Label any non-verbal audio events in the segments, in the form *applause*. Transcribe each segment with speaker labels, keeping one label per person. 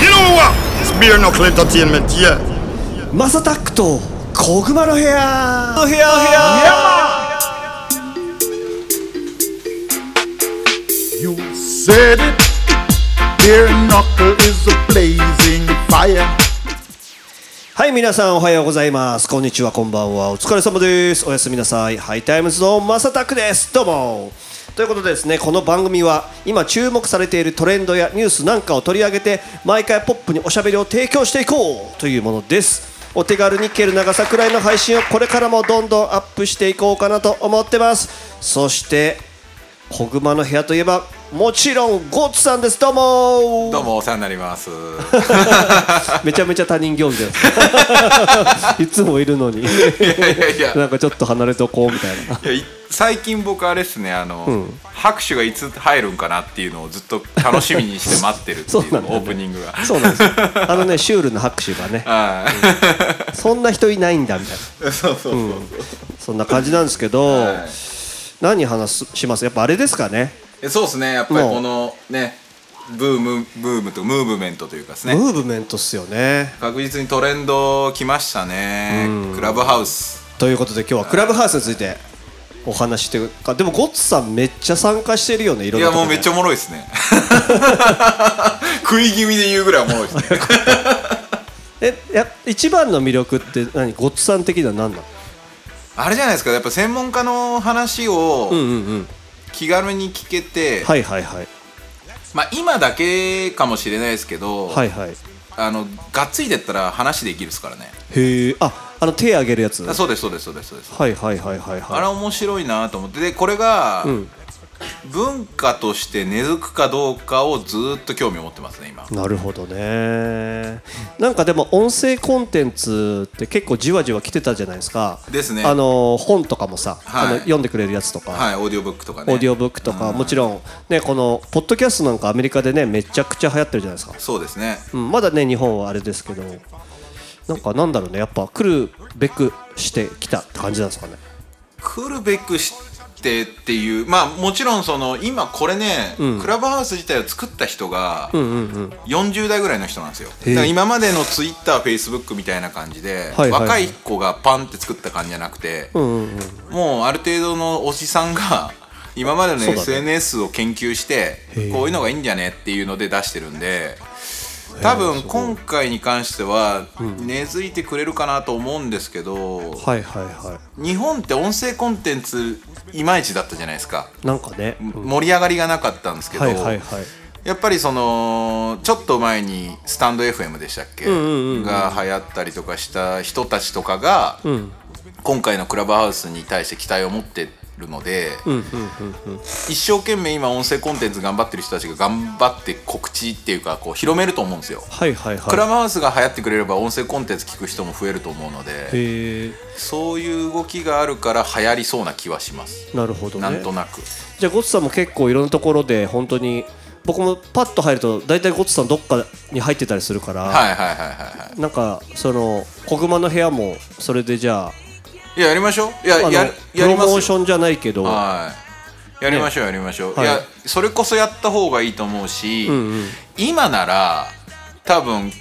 Speaker 1: You know what? It's beer knuckle entertainment, yeah.
Speaker 2: マサタックと小熊の部屋の部屋の部屋
Speaker 1: You
Speaker 3: said it. Beer knuckle is a blazing fire.
Speaker 2: はい皆さんおはようございますこんにちはこんばんはお疲れ様ですおやすみなさいハイタイムズのマサタックですどうもということでですねこの番組は今注目されているトレンドやニュースなんかを取り上げて毎回ポップにおしゃべりを提供していこうというものですお手軽に聞ける長さくらいの配信をこれからもどんどんアップしていこうかなと思ってますそして小熊の部屋といえばもちろんゴッツさんですどうも
Speaker 4: どうもお世話になります。
Speaker 2: めちゃめちゃ他人行儀だよ
Speaker 4: *laughs*
Speaker 2: いつもいるのに
Speaker 4: いやいやい
Speaker 2: *laughs*
Speaker 4: や
Speaker 2: なんかちょっと離れとこうみたいない
Speaker 4: やい最近僕あれですねあの、拍手がいつ入るんかなっていうのをずっと楽しみにして待ってるって
Speaker 2: *laughs*
Speaker 4: い
Speaker 2: そう
Speaker 4: う
Speaker 2: なんだね
Speaker 4: オープニングが。
Speaker 2: そうなんですよあのねシュールな拍手がね
Speaker 4: *laughs* は
Speaker 2: そんな人いないんだみたいなそんな感じなんですけど、
Speaker 4: いはい
Speaker 2: 何話すしますやっぱあれですかね
Speaker 4: えそうですねやっぱりこのねブームブームとムーブメントというかですね
Speaker 2: ムーブメントっすよね
Speaker 4: 確実にトレンド来ましたねクラブハウス
Speaker 2: ということで今日はクラブハウスについてお話しというかでもゴッツさんめっちゃ参加してるよねいろ
Speaker 4: い
Speaker 2: んな
Speaker 4: や
Speaker 2: とこ
Speaker 4: もう
Speaker 2: ね
Speaker 4: めっちゃおもろいですね *laughs* 食い気味で言うぐらいおもろいですね
Speaker 2: *laughs* えや一番の魅力って何ゴッツさん的には何なの
Speaker 4: あれじゃないですかやっぱ専門家の話を
Speaker 2: うんうんうん
Speaker 4: 気軽に聞けて、
Speaker 2: はいはいはい
Speaker 4: まあ、今だけかもしれないですけど、
Speaker 2: はいはい
Speaker 4: あのがっついてったら話できるですからね、
Speaker 2: へえああの手上げるやつ
Speaker 4: あそうですそうですそうですそうです、
Speaker 2: はいはいはいはい
Speaker 4: あれ
Speaker 2: は
Speaker 4: 面白いなと思ってでこれが、
Speaker 2: ん
Speaker 4: 文化として根付くかどうかをずーっと興味を持ってますね今
Speaker 2: いなるほどねなんかでも音声コンテンツって結構じわじわ来てたじゃないですか
Speaker 4: ですね
Speaker 2: あの本とかもさ、
Speaker 4: はい
Speaker 2: あの読んでくれるやつとか、
Speaker 4: はいオーディオブックとかね
Speaker 2: オーディオブックとか、
Speaker 4: うん
Speaker 2: もちろんねこのポッドキャストなんかアメリカでねめちゃくちゃ流行ってるじゃないですか、
Speaker 4: そうですね
Speaker 2: うん、まだね日本はあれですけどなんかなんだろうねやっぱ来るべくしてきたって感じなんですかね
Speaker 4: 来るべくしてっていうまあもちろんその今これね、クラブハウス自体を作った人が40代ぐらいの人なんですよ、
Speaker 2: へえ
Speaker 4: だから今までのツイッターフェイスブックみたいな感じで、
Speaker 2: はいはい
Speaker 4: 若い子がパンって作った感じじゃなくて、もうある程度のおじさんが *laughs* 今までの
Speaker 2: そうだね
Speaker 4: SNS を研究してこういうのがいいんじゃねっていうので出してるんで多分今回に関しては根付いてくれるかなと思うんですけど、
Speaker 2: はいはいは
Speaker 4: 日本って音声コンテンツいまいちだったじゃないですか、
Speaker 2: いなんかね、
Speaker 4: 盛り上がりがなかったんですけど、
Speaker 2: はいはいはい
Speaker 4: やっぱりそのちょっと前にスタンド FM でしたっけ、が流行ったりとかした人たちとかが、今回のクラブハウスに対して期待を持ってるので、一生懸命今音声コンテンツ頑張ってる人たちが頑張って告知っていうかこう広めると思うんですよ。
Speaker 2: はいはいはい
Speaker 4: クラブハウスが流行ってくれれば音声コンテンツ聞く人も増えると思うので
Speaker 2: へえ
Speaker 4: そういう動きがあるから流行りそうな気はします。
Speaker 2: なるほどね
Speaker 4: なんとなく。
Speaker 2: じゃあゴッツさんも結構いろんなところで本当に僕もパッと入ると大体ゴッツさんどっかに入ってたりするから、
Speaker 4: はいはいはいはいは
Speaker 2: なんかその小熊の部屋もそれでじゃあ
Speaker 4: い。いややりましょう。いや
Speaker 2: あの
Speaker 4: やや
Speaker 2: プロ
Speaker 4: りま
Speaker 2: モー
Speaker 4: す
Speaker 2: シ
Speaker 4: よ。
Speaker 2: ョンじゃないけど
Speaker 4: はい。やりましょうやりましょう。
Speaker 2: はい
Speaker 4: いやそれこそやった方がいいと思うし、今なら多分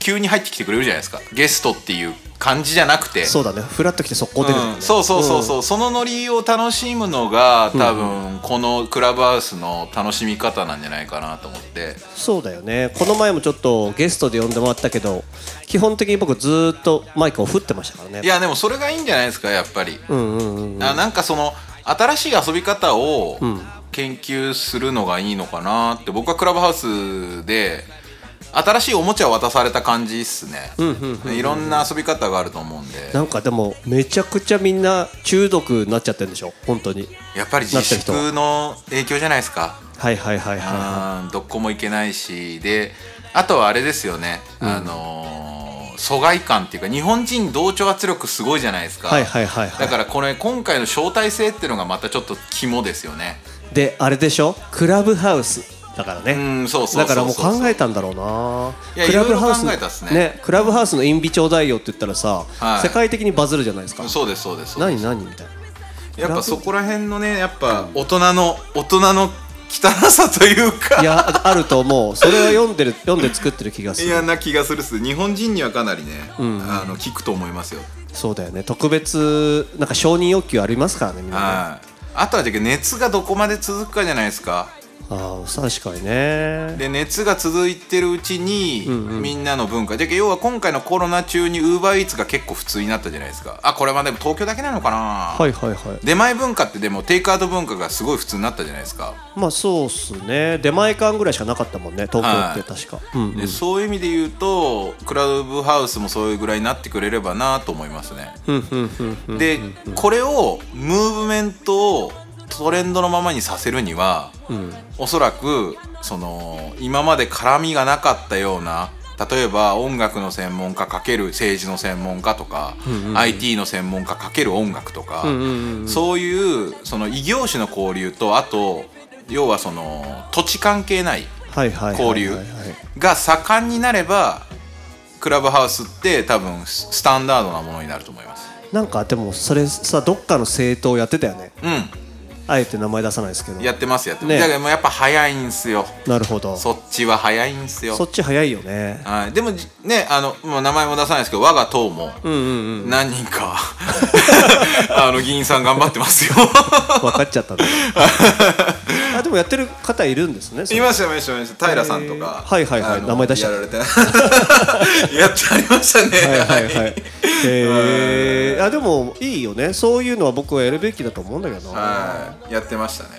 Speaker 4: 急に入ってきてくれるじゃないですか。ゲストっていう感じじゃなくて。
Speaker 2: そうだねフラッと来て速攻出る、
Speaker 4: うんそうそうそうそう、そのノリを楽しむのが多分このクラブハウスの楽しみ方なんじゃないかなと思って、
Speaker 2: そうだよねこの前もちょっとゲストで呼んでもらったけど基本的に僕ずーっとマイクを振ってましたからね
Speaker 4: いやでもそれがいいんじゃないですかやっぱり、
Speaker 2: うんうんうん
Speaker 4: あなんかその新しい遊び方を研究するのがいいのかなって僕はクラブハウスで新しいおもちゃを渡された感じっすね、いろんな遊び方があると思うんで
Speaker 2: なんかでもめちゃくちゃみんな中毒になっちゃってるんでしょ本当に
Speaker 4: やっぱり自粛の影響じゃないですか
Speaker 2: はいはいはいはい、
Speaker 4: うんどこも行けないしであとはあれですよね、あのー疎外感っていうか日本人同調圧力すごいじゃないですか、
Speaker 2: はいはいはいはい
Speaker 4: だからこれ今回の招待制っていうのがまたちょっと肝ですよね
Speaker 2: であれでしょクラブハウスだからね、
Speaker 4: うんそうそうそうそう
Speaker 2: だからもう考えたんだろうない
Speaker 4: や
Speaker 2: クラブハウス
Speaker 4: いろいろ考えたっすね
Speaker 2: クラブハウスのインビちょうだいよって言ったらさ、
Speaker 4: はい
Speaker 2: 世界的にバズるじゃないですか
Speaker 4: そうですそうですそうです
Speaker 2: 何何みたいな
Speaker 4: やっぱそこら辺のねやっぱ大人の大人の汚さというか
Speaker 2: いやああると思うそれは読んでる読んで作ってる気がす
Speaker 4: いや
Speaker 2: る
Speaker 4: な気がするっす日本人にはかなりね、あの聞くと思いますよ、
Speaker 2: そうだよね特別なんか承認欲求ありますからねみんなね
Speaker 4: はいあとはじゃあ熱がどこまで続くかじゃないですか
Speaker 2: ああ確かにね
Speaker 4: で熱が続いてるうちに、みんなの文化で要は今回のコロナ中にウーバーイーツが結構普通になったじゃないですかあこれはでも東京だけなのかな、
Speaker 2: はいはいはい
Speaker 4: 出前文化ってでもテイクアウト文化がすごい普通になったじゃないですか、
Speaker 2: まあそうっすね出前館ぐらいしかなかったもんね東京
Speaker 4: は
Speaker 2: っ
Speaker 4: い
Speaker 2: て確か、うんうん
Speaker 4: でそういう意味で言うとクラブハウスもそういうぐらいになってくれればなと思いますね、でこれをムーブメントをトレンドのままにさせるには、おそらくその今まで絡みがなかったような例えば音楽の専門家かける政治の専門家とか、IT の専門家かける音楽とか、そういうその異業種の交流とあと要はその土地関係ない
Speaker 2: はいはいはいはいはい
Speaker 4: 交流が盛んになればクラブハウスって多分ススタンダードなものになると思います
Speaker 2: なんかでもそれさどっかの政党やってたよね
Speaker 4: うん
Speaker 2: あえて名前出さないですけど
Speaker 4: やってますやってます、
Speaker 2: ね
Speaker 4: だからもうやっぱ早いんすよ
Speaker 2: なるほどそ
Speaker 4: そっちは早いんすよ
Speaker 2: っち早いよ
Speaker 4: *laughs*
Speaker 2: ね
Speaker 4: はい、でもじねあのもう名前も出さないですけど我が党も何人か、 *laughs* あの議員さん頑張っ
Speaker 2: *laughs*
Speaker 4: てますよ
Speaker 2: 分かっちゃった
Speaker 4: *laughs*
Speaker 2: ねあでもやってる方いるんですねそれ
Speaker 4: いましたいましたいました平さんとか、
Speaker 2: はいはいはい
Speaker 4: あの
Speaker 2: 名前出しちゃっ
Speaker 4: やられて *laughs* やってありましたね
Speaker 2: はいはい
Speaker 4: *laughs*
Speaker 2: はいへえあでもいいよねそういうのは僕はやるべきだと思うんだけどな
Speaker 4: はい、やってましたね。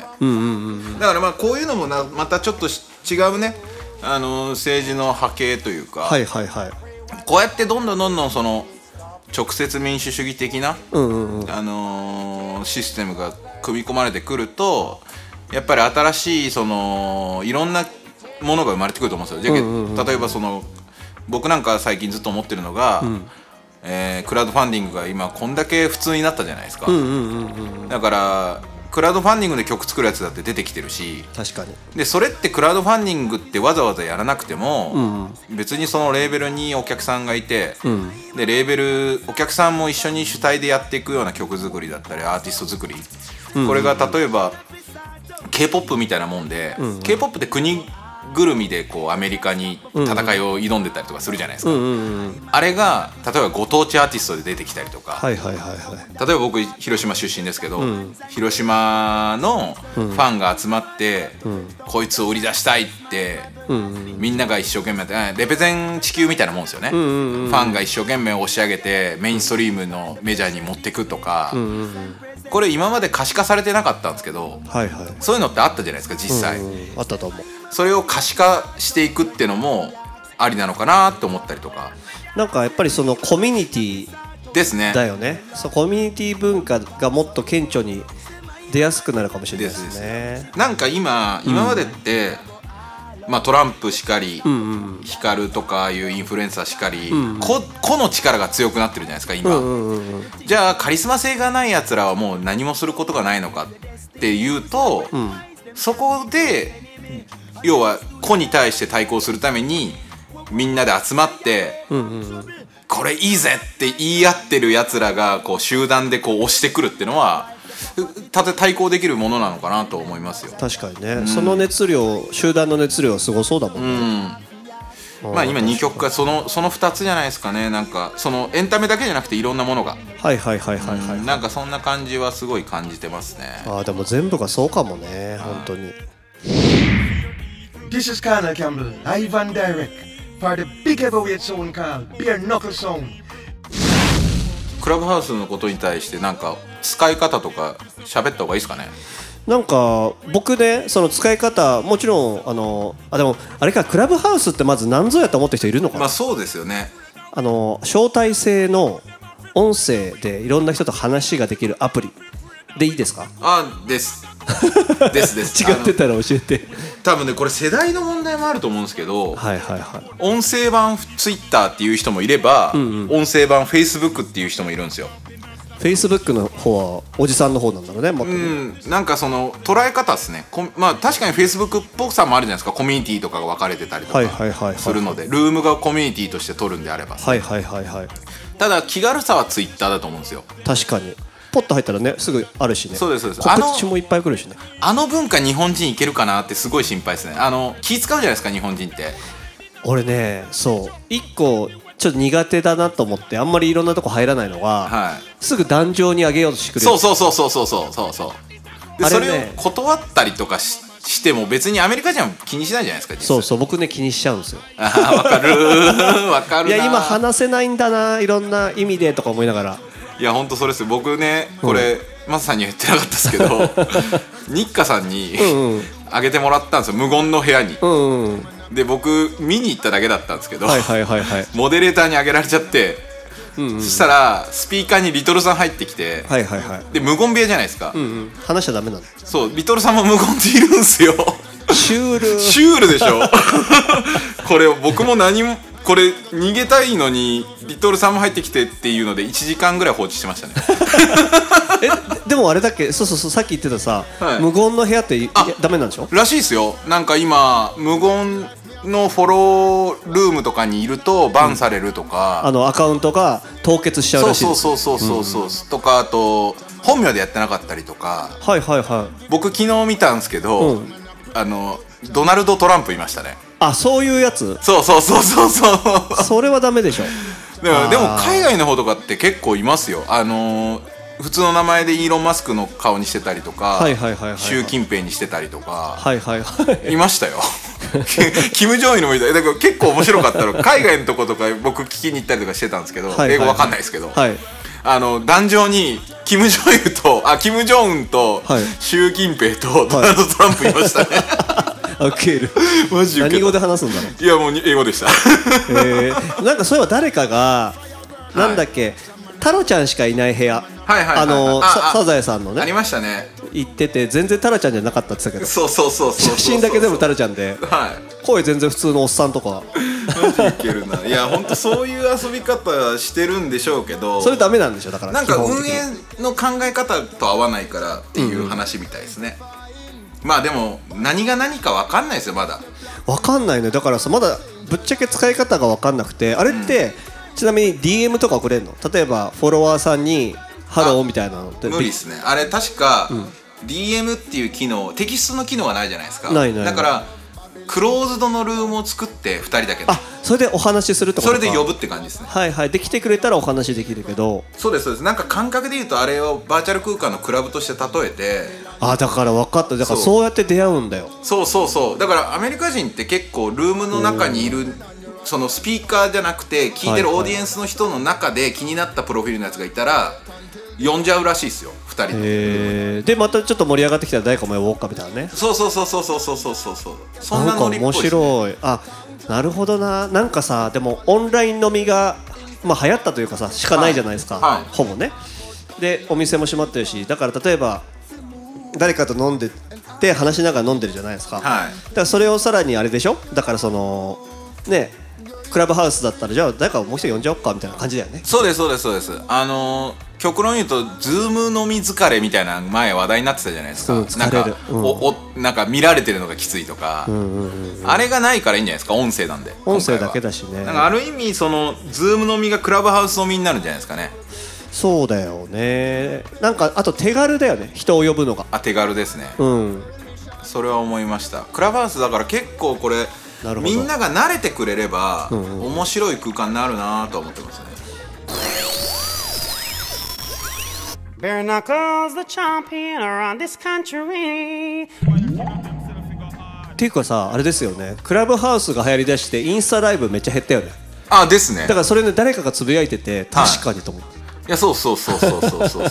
Speaker 4: だからまあこういうのもなまたちょっとし違うね。あの政治の波形というか、
Speaker 2: はいはいはい
Speaker 4: こうやってどんどんどんどんその直接民主主義的な、
Speaker 2: うんうんうん
Speaker 4: あのーシステムが組み込まれてくるとやっぱり新しいそのいろんなものが生まれてくると思うんですよ。じゃけ例えばその僕なんか最近ずっと思ってるのが、えークラウドファンディングが今こんだけ普通になったじゃないですか。だからクラウドファンディングで曲作るやつだって出てきてるし
Speaker 2: 確かに
Speaker 4: でそれってクラウドファンディングってわざわざやらなくても、別にそのレーベルにお客さんがいて、でレーベルお客さんも一緒に主体でやっていくような曲作りだったりアーティスト作り、これが例えば k p o p みたいなもんで、k p o p って国ぐるみでこうアメリカに戦いを挑んでたりとかするじゃないですか、あれが例えばご当地アーティストで出てきたりとか、
Speaker 2: はいはいはいはい
Speaker 4: 例えば僕広島出身ですけど、広島のファンが集まって、こいつを売り出したいって、みんなが一生懸命やってあレペゼン地球みたいなもんですよね、ファンが一生懸命押し上げてメインストリームのメジャーに持ってくとか、これ今まで可視化されてなかったんですけど
Speaker 2: はいはい
Speaker 4: そういうのってあったじゃないですか実際、
Speaker 2: うんあったと思う
Speaker 4: それを可視化していくってのもありなのかなと思ったりとか
Speaker 2: なんかやっぱりそのコミュニティ
Speaker 4: ですね
Speaker 2: だよねそうコミュニティ文化がもっと顕著に出やすくなるかもしれない
Speaker 4: で
Speaker 2: ですす
Speaker 4: です
Speaker 2: ね
Speaker 4: なんか今今までって、まあ、トランプしかり、ヒカルとかいうインフルエンサーしかり、個個の力が強くなってるじゃないですか今、じゃあカリスマ性がないやつらはもう何もすることがないのかっていうと、そこで要は個に対して対抗するためにみんなで集まって、これいいぜって言い合ってるやつらがこう集団でこう押してくるっていうのはたと対抗できるものなのかなと思いますよ。
Speaker 2: 確かにね、その熱量集団の熱量はすごそうだもんね、
Speaker 4: まあ今2曲がそのその2つじゃないですかねなんかそのエンタメだけじゃなくていろんなものが、
Speaker 2: はいはいはいはいはい、
Speaker 4: なんかそんな感じはすごい感じてますね。
Speaker 2: ああでも全部がそうかもね本当に
Speaker 5: This is Connor Campbell, live and direct, part of big heavyweight sound called Bare Knuckle Sound.
Speaker 4: クラブハウスのことに対してなんか使い方とか喋った方がいいですかね
Speaker 2: なんか僕ねその使い方もちろんあのあでもあれかクラブハウスってまず何ぞやと思った人いるのかな、
Speaker 4: まあそうですよね
Speaker 2: あの招待制の音声でいろんな人と話ができるアプリでいいですか
Speaker 4: あです
Speaker 2: *laughs*
Speaker 4: ですです
Speaker 2: 違って
Speaker 4: あ
Speaker 2: たら教えて
Speaker 4: の多分ねこれ世代の問題もあると思うんですけど、
Speaker 2: はいはいはい
Speaker 4: 音声版ツイッターっていう人もいれば、音声版フェイスブックっていう人もいるんですよ、
Speaker 2: フェイスブックの方はおじさんの方なんだろうねもっと
Speaker 4: う
Speaker 2: ね
Speaker 4: ん、なんかその捉え方ですねこんまあ確かにフェイスブックっぽさもあるじゃないですかコミュニティとかが分かれてたりと
Speaker 2: はいはいはいは
Speaker 4: か
Speaker 2: い
Speaker 4: するのでルームがコミュニティとして取るんであれば
Speaker 2: はいはいはいはい
Speaker 4: ただ気軽さはツイッターだと思うんですよ
Speaker 2: 確かにポッと入ったらねすぐあるしね
Speaker 4: そうですそうです
Speaker 2: 告知もいっぱい来るしね
Speaker 4: あの文化日本人いけるかなってすごい心配ですねあの気使うじゃないですか日本人って
Speaker 2: 俺ねそう一個ちょっと苦手だなと思ってあんまりいろんなとこ入らないのが、
Speaker 4: はい
Speaker 2: すぐ壇上に上げようとしてくれる
Speaker 4: そうそうそうそうそうそうそうそうで
Speaker 2: あれ
Speaker 4: そ
Speaker 2: ね
Speaker 4: れを断ったりとかししても別にアメリカ人は気にしないじゃないですか実際
Speaker 2: そうそう僕ね気にしちゃうんですよ
Speaker 4: あーわかるわかる
Speaker 2: い
Speaker 4: ない
Speaker 2: や今話せないんだないろんな意味でとか思いながら
Speaker 4: いや本当それです僕ねこれ、マサさんには言ってなかったですけ
Speaker 2: *laughs*
Speaker 4: ど日課さんに
Speaker 2: んうん
Speaker 4: あげてもらったんですよ無言の部屋に
Speaker 2: うんうん
Speaker 4: で僕見に行っただけだったんですけど、
Speaker 2: はいはいはいはい
Speaker 4: モデレーターにあげられちゃって、そしたらスピーカーにリトルさん入ってきて、
Speaker 2: はいはいはい
Speaker 4: で無言部屋じゃないですか、
Speaker 2: うんうん話しちゃダ
Speaker 4: *laughs*
Speaker 2: メなの
Speaker 4: そうリトルさんも無言っているんですよ
Speaker 2: シュール
Speaker 4: シュールでし
Speaker 2: *laughs*
Speaker 4: ょこれ僕も何もこれ逃げたいのにリトルさんも入ってきてっていうので1時間ぐらい放置してましたね
Speaker 2: *laughs* えでもあれだっけそうそうそうさっき言ってたさ、
Speaker 4: はい
Speaker 2: 無言の部屋っていい
Speaker 4: あ
Speaker 2: やダメなんでしょ
Speaker 4: らしいですよなんか今無言のフォロールームとかにいるとバンされるとか、
Speaker 2: あのアカウントが凍結しちゃう
Speaker 4: そう
Speaker 2: らしい
Speaker 4: そ
Speaker 2: で
Speaker 4: う
Speaker 2: す
Speaker 4: そうそうそうそう、とかあと本名でやってなかったりとか
Speaker 2: はいはいはい
Speaker 4: 僕昨日見たんですけど、
Speaker 2: うん
Speaker 4: あのドナルド・トランプいましたね
Speaker 2: あそういうやつ
Speaker 4: そうそうそうそうそう
Speaker 2: それはダメでしょ
Speaker 4: でもでも
Speaker 2: あー
Speaker 4: 海外の方とかって結構いますよあのー普通の名前でイーロン・マスクの顔にしてたりとか、
Speaker 2: はいはいはいはいはい
Speaker 4: 習近平にしてたりとか、
Speaker 2: はいはいはい
Speaker 4: い、ましたよ *laughs* キム・ジョンイルもいただから結構面白かった
Speaker 2: *laughs*
Speaker 4: の海外のとことか僕聞きに行ったりとかしてたんですけど、
Speaker 2: はいはい
Speaker 4: 英語わかんないですけど、
Speaker 2: はい
Speaker 4: あの壇上にキム・ジョンイルとあキム・ジョンウンと、
Speaker 2: はい
Speaker 4: 習近平とドナルド・トランプいま
Speaker 2: *laughs*
Speaker 4: したね、
Speaker 2: あウケ
Speaker 4: *laughs*
Speaker 2: る
Speaker 4: マジウケた
Speaker 2: 何語で話すんだろう
Speaker 4: い、やもうに英語でした
Speaker 2: えーなんかそういえば誰かが、なんだっけタロちゃんしかいない部屋
Speaker 4: はいはいはい
Speaker 2: あの
Speaker 4: あ
Speaker 2: さ
Speaker 4: あ
Speaker 2: サザエさんの
Speaker 4: あり
Speaker 2: ね
Speaker 4: ましたね
Speaker 2: 行ってて全然タロちゃんじゃなかったって言ってたけど
Speaker 4: そうそうそうそうそうそう
Speaker 2: 写真だけ全部タロちゃんで
Speaker 4: はい
Speaker 2: 声全然普通のおっさんとか
Speaker 4: マジいけるないや本当そういう遊び方してるんでしょうけど
Speaker 2: それダメなんでしょだから
Speaker 4: なんか
Speaker 2: 基本
Speaker 4: 運
Speaker 2: 的に
Speaker 4: 営の考え方と合わないからっていう話みたいですね、まあでも何が何か分かんないですよまだ
Speaker 2: わかんないねだからさまだぶっちゃけ使い方がわかんなくてあれって、ちなみに DM とか送れるの例えばフォロワーさんにハローみたいなのって
Speaker 4: 無理ですねあれ確か、DM っていう機能テキストの機能がないじゃないですか
Speaker 2: ないないない
Speaker 4: だからクローズドのルームを作って2人だけで
Speaker 2: あそれでお話しするってこ
Speaker 4: そ
Speaker 2: と
Speaker 4: れ
Speaker 2: か
Speaker 4: で呼ぶって感じですね
Speaker 2: はいはいで来てくれたらお話できるけど
Speaker 4: そうですそうですなんか感覚で言うとあれをバーチャル空間のクラブとして例えて
Speaker 2: あだから分かっただから
Speaker 4: そう
Speaker 2: そうやって出会うんだよ
Speaker 4: そうそうそうだからアメリカ人って結構ルームの中にいるそのスピーカーじゃなくて聞いてる
Speaker 2: はいはい
Speaker 4: オーディエンスの人の中で気になったプロフィールのやつがいたら呼んじゃうらしいですよ2人で
Speaker 2: へえでまたちょっと盛り上がってきたら誰かも呼ぼうかみたいなね
Speaker 4: そうそうそうそうそうそうそうそうそうそん
Speaker 2: な
Speaker 4: なん
Speaker 2: か
Speaker 4: ノリっぽ
Speaker 2: 面
Speaker 4: いですね
Speaker 2: 白いあなるほどななんかさでもオンライン飲みがまあ流行ったというかさしかないじゃないですか、
Speaker 4: はいはい
Speaker 2: ほぼねでお店も閉まってるしだから例えば誰かと飲んでて話しながら飲んでるじゃないですか、
Speaker 4: はい
Speaker 2: だからそれをさらにあれでしょだからそのねクラブハウスだったらじゃあ誰かもう一人呼んじゃおっかみたいな感じだよね
Speaker 4: そうですそうですそうですあのー極論言うとズーム飲み疲れみたいな前話題になってたじゃないですか、
Speaker 2: うん疲れる
Speaker 4: なんか、
Speaker 2: うん
Speaker 4: おおなんか見られてるのがきついとか、あれがないからいいんじゃないですか音声なんで
Speaker 2: 音声だ
Speaker 4: 今回
Speaker 2: けだ
Speaker 4: は
Speaker 2: しね
Speaker 4: なんかある意味そのズーム飲みがクラブハウス飲みになるんじゃないですかね
Speaker 2: そうだよねなんかあと手軽だよね人を呼ぶのが
Speaker 4: あ手軽ですね、
Speaker 2: うん
Speaker 4: それは思いましたクラブハウスだから結構これ
Speaker 2: なるほど
Speaker 4: みんなが慣れてくれれば、面白い空間になるなと思ってますね
Speaker 6: Bare knuckles, the champion around this country.
Speaker 2: っていうかさあれですよねクラブハウスが流行りだしてインスタライブめっちゃ減ったよね
Speaker 4: あですね
Speaker 2: だからそれね誰かがつぶやいてて確かにと思って、
Speaker 4: いやそうそうそうそうそ
Speaker 2: *laughs*
Speaker 4: うそう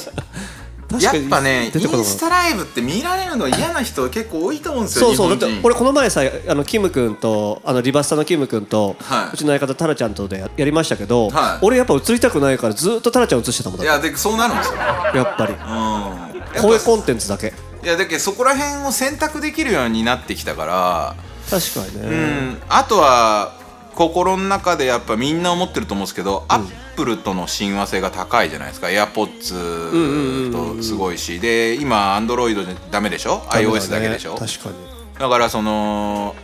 Speaker 2: 確
Speaker 4: やっ
Speaker 2: かに
Speaker 4: ぱね
Speaker 2: 出
Speaker 4: イ
Speaker 2: てこな
Speaker 4: ン
Speaker 2: かっ
Speaker 4: ス
Speaker 2: た
Speaker 4: タライブって見られるの嫌な人結構多いと思うんですよ
Speaker 2: そうそうだっ
Speaker 4: 日
Speaker 2: て
Speaker 4: 本人
Speaker 2: 俺この前さあのキム君とあのリバスタのキム君と、
Speaker 4: はいう
Speaker 2: ちの相方タラちゃんとでややりましたけど、
Speaker 4: はい
Speaker 2: 俺やっぱ映りたくないからずっとタラちゃん映してたもんだ
Speaker 4: い
Speaker 2: や
Speaker 4: やでそうなるんですよ
Speaker 2: っぱり
Speaker 4: うん
Speaker 2: こういう
Speaker 4: やっ
Speaker 2: コンテンツだけ
Speaker 4: ぱいやだけどそこら辺を選択できるようになってきたから
Speaker 2: 確かにね、
Speaker 4: うん、あとは心の中でやっぱみんな思ってると思うんですけど、アップルとの親和性が高いじゃないですか AirPods とすごいしで今 Android じゃダメでしょ
Speaker 2: ダメね
Speaker 4: iOS だけでしょ
Speaker 2: 確かに
Speaker 4: だからその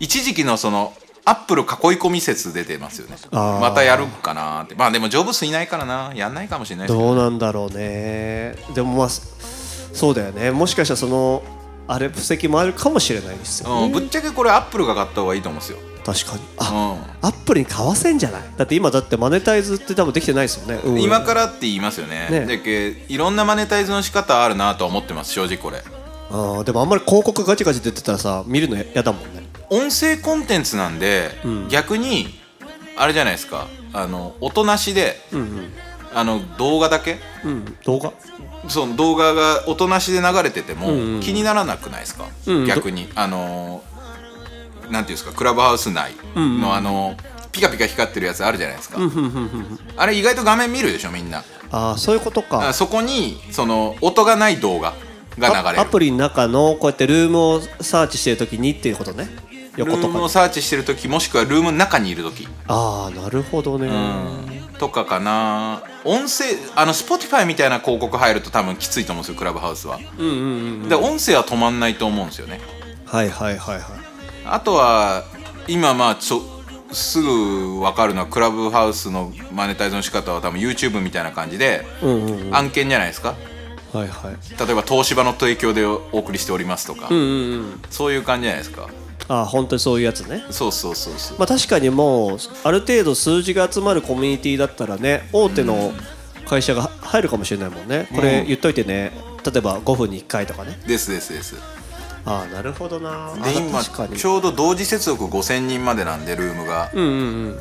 Speaker 4: 一時期のそのアップル囲い込み説出てますよね
Speaker 2: あー
Speaker 4: またやるかなってまあでもジョブスいないからなやんないかもしれないですけど
Speaker 2: どうなんだろうねでもまあそうだよねもしかしたらそのあれ布石もあるかもしれないですよ
Speaker 4: うんぶっちゃけこれアップルが買った方がいいと思うんですよ、
Speaker 2: 確かに
Speaker 4: う
Speaker 2: あ、
Speaker 4: ん
Speaker 2: アップルに買わせんじゃないだって今だってマネタイズって多分できてないですよね、うん
Speaker 4: 今からって言いますよね
Speaker 2: ね
Speaker 4: だけどいろんなマネタイズの仕方あるなとは思ってます正直これ
Speaker 2: あーでもあんまり広告ガチガチ出てたらさ見るの嫌だもんね
Speaker 4: 音声コンテンツなんで、逆にあれじゃないですかあの音なしで、あの動画だけ
Speaker 2: うん動画
Speaker 4: その動画が音なしで流れてても気にならなくないですか、
Speaker 2: うん
Speaker 4: 逆にあのーなんていうんですかクラブハウス内の、あのピカピカ光ってるやつあるじゃないですか、あれ意外と画面見るでしょみんな
Speaker 2: ああそういうこと
Speaker 4: あ
Speaker 2: か
Speaker 4: そこにその音がない動画が流れる
Speaker 2: アアプリの中のこうやってルームをサーチしてるときにっていうことね
Speaker 4: ル
Speaker 2: 横と
Speaker 4: ー
Speaker 2: か
Speaker 4: ムを
Speaker 2: に
Speaker 4: サーチしてる時もしくはルームの中にいる時
Speaker 2: ああなるほどね、
Speaker 4: とかかな音声あの Spotify みたいな広告入ると多分きついと思うんですよクラブハウスは、で音声は止まんないと思うんですよね
Speaker 2: はいはいはいはい
Speaker 4: あとは今まあちょすぐ分かるのはクラブハウスのマネタイズの仕方は多分 YouTube みたいな感じで、
Speaker 2: うんうんうん
Speaker 4: 案件じゃないですか
Speaker 2: はいはい
Speaker 4: 例えば東芝の提供でお送りしておりますとか、
Speaker 2: うんうんうん
Speaker 4: そういう感じじゃないですか
Speaker 2: ああ本当にそういうやつね
Speaker 4: そうそうそうそう
Speaker 2: まあ確かにもうある程度数字が集まるコミュニティだったらね大手の会社が入るかもしれないもんねこれ言っといてね例えば5分に1回とかね
Speaker 4: ですですです
Speaker 2: ああなるほどなあ
Speaker 4: で今
Speaker 2: 確かに
Speaker 4: ちょうど同時接続5000人までなんでルームが、
Speaker 2: うんうん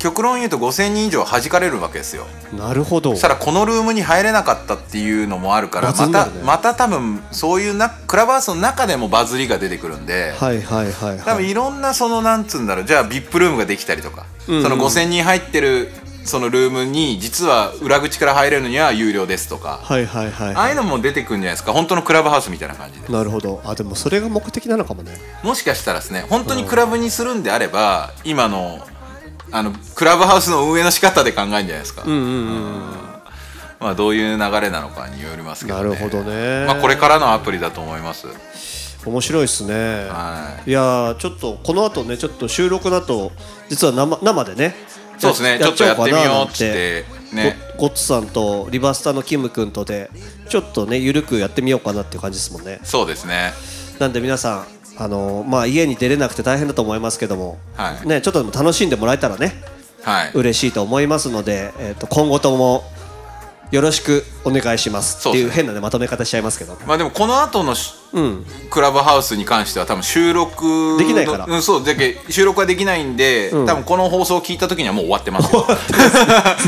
Speaker 4: 極論言うと5000人以上弾かれるわけですよ
Speaker 2: うんなるほど
Speaker 4: そしたらこのルームに入れなかったっていうのもあるから
Speaker 2: バズ
Speaker 4: ま
Speaker 2: にな
Speaker 4: た
Speaker 2: るね
Speaker 4: また多分そういうなクラブハウスの中でもバズりが出てくるんで、
Speaker 2: はいはいはい
Speaker 4: 多
Speaker 2: は
Speaker 4: 分
Speaker 2: い
Speaker 4: いろんなそのなんつうんだろうじゃあ VIP ルームができたりとか、その5000人入ってるそのルームに実は裏口から入れるのには有料ですとか、
Speaker 2: はいはいはい
Speaker 4: ああ
Speaker 2: は
Speaker 4: いうのも出てくるんじゃないですか本当のクラブハウスみたいな感じで
Speaker 2: いなるほどあでもそれが目的なのかもね
Speaker 4: もしかしたらですね本当にクラブにするんであれば今のあのクラブハウスの運営の仕方で考えるんじゃないですか、
Speaker 2: うんうんうん
Speaker 4: まあ、どういう流れなのかによりますけど、
Speaker 2: な
Speaker 4: ね、
Speaker 2: るほどね
Speaker 4: まあ、これからのアプリだと思います。
Speaker 2: 面白いですね
Speaker 4: はい
Speaker 2: やーちょっとこの後ねちょっと収録だと実は生生でね
Speaker 4: そうですね、ちょっとやってみようっつって、ね、
Speaker 2: ゴゴッツさんとリバースターのキム君とでちょっとねゆるくやってみようかなっていう感じですもんね
Speaker 4: そうですね。
Speaker 2: なんで皆さんあのーまあ家に出れなくて大変だと思いますけども、
Speaker 4: はい
Speaker 2: ねちょっとでも楽しんでもらえたらね
Speaker 4: はい。
Speaker 2: 嬉しいと思いますので、えー、と今後ともよろしくお願いしますってい
Speaker 4: そ
Speaker 2: う
Speaker 4: うですね
Speaker 2: 変なねまとめ方しちゃいますけど
Speaker 4: まあでもこの後のし
Speaker 2: うん
Speaker 4: クラブハウスに関しては多分収録
Speaker 2: できないから
Speaker 4: うん、そうだけど収録はできないんで、多分この放送を聞いた時にはもう終わっ
Speaker 2: *laughs*
Speaker 4: てますよ。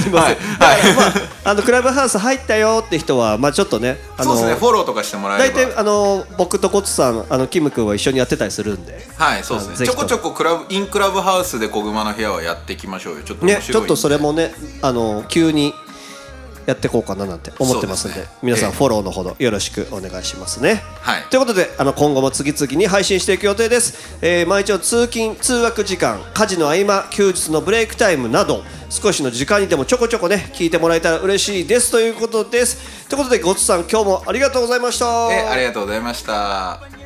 Speaker 2: すいません、
Speaker 4: は
Speaker 2: だか
Speaker 4: い
Speaker 2: らまあ、あのクラブハウス入ったよって人はまあちょっとねあ
Speaker 4: そ
Speaker 2: の
Speaker 4: うですね、フォローとかしてもらえ
Speaker 2: 大
Speaker 4: れ
Speaker 2: 体
Speaker 4: ば。
Speaker 2: あの僕とコツさんあのキム君は一緒にやってたりするんで
Speaker 4: はい、そう
Speaker 2: あ
Speaker 4: です
Speaker 2: ぜ
Speaker 4: ね。
Speaker 2: ひと
Speaker 4: ちょ
Speaker 2: も
Speaker 4: こちょこクラブインクラブハウスで小熊の部屋はやっていきましょうよ。ちょっと面
Speaker 2: ね
Speaker 4: 白いんで
Speaker 2: ちょっとそれもねあの急にやっていこうかななんて思ってますんで
Speaker 4: そうですね
Speaker 2: 皆さ
Speaker 4: え
Speaker 2: ん
Speaker 4: え
Speaker 2: フォローのほどよろしくお願いしますね、
Speaker 4: はい
Speaker 2: ということであの今後も次々に配信していく予定です、えー毎日の通勤通学時間家事の合間休日のブレイクタイムなど少しの時間にでもちょこちょこね聞いてもらえたら嬉しいですということですということでごつさん今日もありがとうございました
Speaker 4: え、ありがとうございました。